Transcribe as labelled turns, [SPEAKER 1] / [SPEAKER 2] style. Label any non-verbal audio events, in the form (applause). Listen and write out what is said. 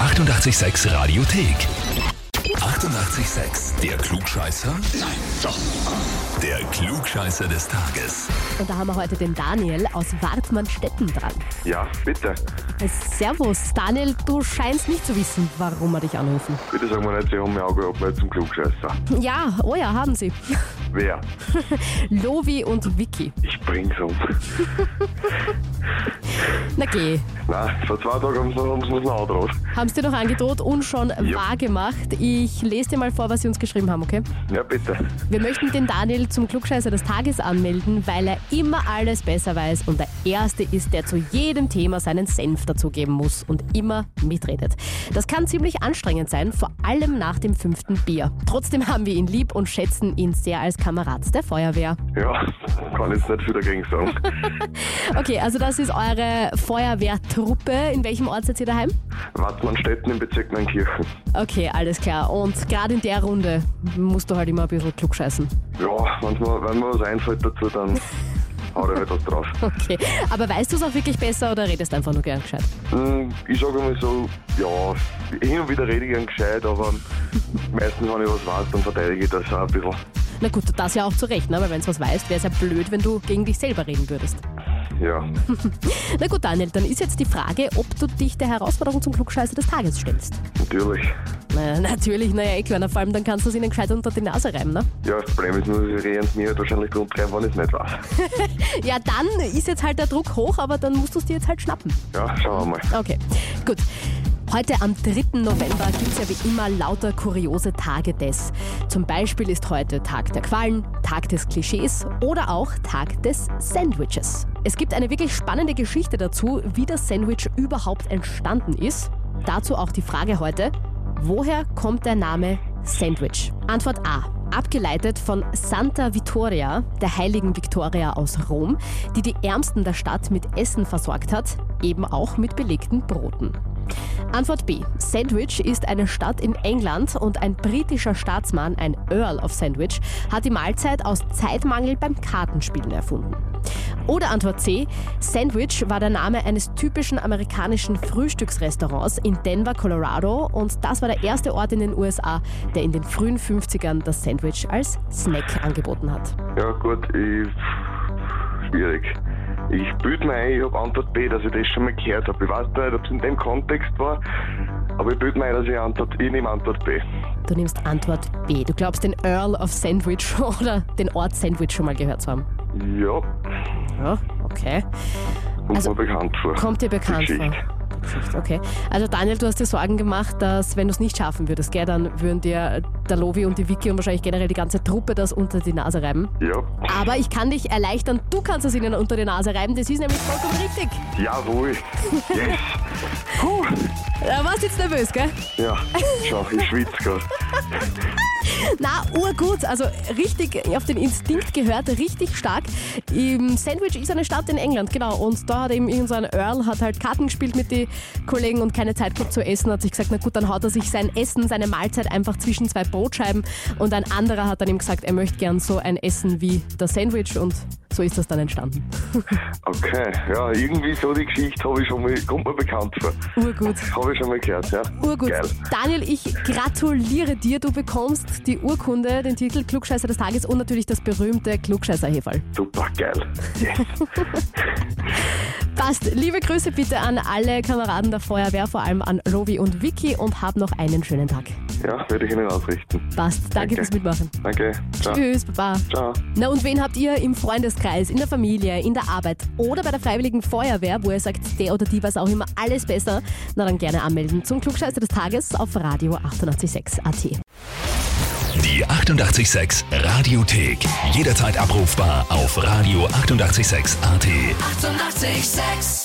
[SPEAKER 1] 886 Radiothek. 88,6. Der Klugscheißer? Nein, doch. Der Klugscheißer des Tages.
[SPEAKER 2] Und da haben wir heute den Daniel aus Wartmannstetten dran.
[SPEAKER 3] Ja, bitte.
[SPEAKER 2] Servus, Daniel, du scheinst nicht zu wissen, warum wir dich anrufen.
[SPEAKER 3] Bitte sagen wir nicht, Sie haben mir angehoben jetzt zum Klugscheißer.
[SPEAKER 2] Ja, oh ja, haben sie. (laughs)
[SPEAKER 3] Wer?
[SPEAKER 2] Lovi und Vicky.
[SPEAKER 3] Ich bring's um.
[SPEAKER 2] Na geh,
[SPEAKER 3] Nein, vor zwei Tagen haben sie uns noch angedroht.
[SPEAKER 2] haben sie dir noch angedroht und schon wahr gemacht. Ich lese dir mal vor, was sie uns geschrieben haben, okay?
[SPEAKER 3] Ja, bitte.
[SPEAKER 2] Wir möchten den Daniel zum Klugscheißer des Tages anmelden, weil er immer alles besser weiß und der Erste ist, der zu jedem Thema seinen Senf dazugeben muss und immer mitredet. Das kann ziemlich anstrengend sein, vor allem nach dem fünften Bier. Trotzdem haben wir ihn lieb und schätzen ihn sehr als Kamerad der Feuerwehr.
[SPEAKER 3] Ja, kann jetzt nicht viel dagegen sagen.
[SPEAKER 2] Okay, also das ist eure Feuerwehrtruppe. In welchem Ort seid ihr daheim?
[SPEAKER 3] Wartmannstetten im Bezirk Neunkirchen.
[SPEAKER 2] Okay, alles klar. Und gerade in der Runde musst du halt immer ein bisschen klugscheißen.
[SPEAKER 3] Ja, wenn's mir, wenn mir was einfällt dazu, dann haut er etwas drauf.
[SPEAKER 2] Okay, aber weißt du es auch wirklich besser oder redest einfach nur gern gescheit?
[SPEAKER 3] Hm, Ich sage mal so, ja, hin und wieder rede ich gern gescheit, aber meistens, wenn ich was weiß, dann verteidige ich das auch ein bisschen.
[SPEAKER 2] Na gut, das ja auch zu Recht, ne? weil wenn du was weißt, wäre es ja blöd, wenn du gegen dich selber reden würdest.
[SPEAKER 3] Ja,
[SPEAKER 2] Na gut, Daniel, dann ist jetzt die Frage, ob du dich der Herausforderung zum Klugscheißer des Tages stellst.
[SPEAKER 3] natürlich.
[SPEAKER 2] Na, (laughs) natürlich, naja, eh klar, vor allem dann kannst du es ihnen gescheit unter die Nase reiben, ne?
[SPEAKER 3] Ja, das Problem ist nur, sie reden mir wahrscheinlich drum treiben, wenn ich es nicht weiß.
[SPEAKER 2] Ja, dann ist jetzt halt der Druck hoch, aber dann musst du es dir jetzt halt schnappen.
[SPEAKER 3] Ja, schauen wir mal.
[SPEAKER 2] Okay, gut. Heute am 3. November gibt's ja wie immer lauter kuriose Tage des. Zum Beispiel ist heute Tag der Qualen, Tag des Klischees oder auch Tag des Sandwiches. Es gibt eine wirklich spannende Geschichte dazu, wie das Sandwich überhaupt entstanden ist. Dazu auch die Frage heute, woher kommt der Name Sandwich? Antwort A. Abgeleitet von Santa Vittoria, der heiligen Victoria aus Rom, die die Ärmsten der Stadt mit Essen versorgt hat, eben auch mit belegten Broten. Antwort B. Sandwich ist eine Stadt in England und ein britischer Staatsmann, ein Earl of Sandwich, hat die Mahlzeit aus Zeitmangel beim Kartenspielen erfunden. Oder Antwort C. Sandwich war der Name eines typischen amerikanischen Frühstücksrestaurants in Denver, Colorado und das war der erste Ort in den USA, der in den frühen 50ern das Sandwich als Snack angeboten hat.
[SPEAKER 3] Ja gut, ich, schwierig. Ich büte mir ein, ich habe Antwort B, dass ich das schon mal gehört habe. Ich weiß nicht, ob es in dem Kontext war, aber ich büte mir ein, dass ich Antwort, ich nehme Antwort B.
[SPEAKER 2] Du nimmst Antwort B. Du glaubst den Earl of Sandwich (laughs) oder den Ort Sandwich schon mal gehört zu haben.
[SPEAKER 3] Ja,
[SPEAKER 2] Ja, okay.
[SPEAKER 3] kommt
[SPEAKER 2] Also,
[SPEAKER 3] mir bekannt vor.
[SPEAKER 2] Kommt dir bekannt
[SPEAKER 3] Geschichte.
[SPEAKER 2] vor. Geschichte, Okay. Also Daniel, du hast dir Sorgen gemacht, dass wenn du es nicht schaffen würdest, gell, dann würden dir der Lovi und die Vicky und wahrscheinlich generell die ganze Truppe das unter die Nase reiben.
[SPEAKER 3] Ja,
[SPEAKER 2] Aber ich kann dich erleichtern, du kannst es ihnen unter die Nase reiben, das ist nämlich vollkommen richtig.
[SPEAKER 3] jawohl. Yes. Puh.
[SPEAKER 2] Da warst du jetzt nervös, gell?
[SPEAKER 3] Ja, schau, ich schwitze gerade.
[SPEAKER 2] Na, urgut. Also richtig auf den Instinkt gehört, richtig stark. Im Sandwich ist eine Stadt in England, genau. Und da hat eben irgendein Earl hat halt Karten gespielt mit den Kollegen und keine Zeit gehabt zu essen. Hat sich gesagt, na gut, dann haut er sich sein Essen, seine Mahlzeit einfach zwischen zwei Brotscheiben. Und ein anderer hat dann ihm gesagt, er möchte gern so ein Essen wie das Sandwich. Und so ist das dann entstanden.
[SPEAKER 3] Okay, ja, irgendwie so die Geschichte habe ich schon mal, kommt mir bekannt vor.
[SPEAKER 2] Urgut.
[SPEAKER 3] Habe ich schon mal gehört, ja.
[SPEAKER 2] Urgut.
[SPEAKER 3] Geil.
[SPEAKER 2] Daniel, ich gratuliere dir. Du bekommst die Urkunde, den Titel Klugscheißer des Tages und natürlich das berühmte Klugscheißer-Heferl.
[SPEAKER 3] Super geil. Yes.
[SPEAKER 2] Passt. Liebe Grüße bitte an alle Kameraden der Feuerwehr, vor allem an Lovi und Vicky und hab noch einen schönen Tag.
[SPEAKER 3] Ja, werde ich Ihnen ausrichten.
[SPEAKER 2] Passt. Danke
[SPEAKER 3] Danke.
[SPEAKER 2] fürs Mitmachen.
[SPEAKER 3] Danke. Ciao.
[SPEAKER 2] Tschüss, Baba.
[SPEAKER 3] Ciao.
[SPEAKER 2] Na und wen habt ihr im Freundeskreis, in der Familie, in der Arbeit oder bei der Freiwilligen Feuerwehr, wo ihr sagt, der oder die weiß auch immer alles besser? Na dann gerne anmelden zum Klugscheißer des Tages auf Radio 886 AT.
[SPEAKER 1] Die 88,6 Radiothek. Jederzeit abrufbar auf radio886.at. 88,6.
[SPEAKER 4] Eighty-eight, sex.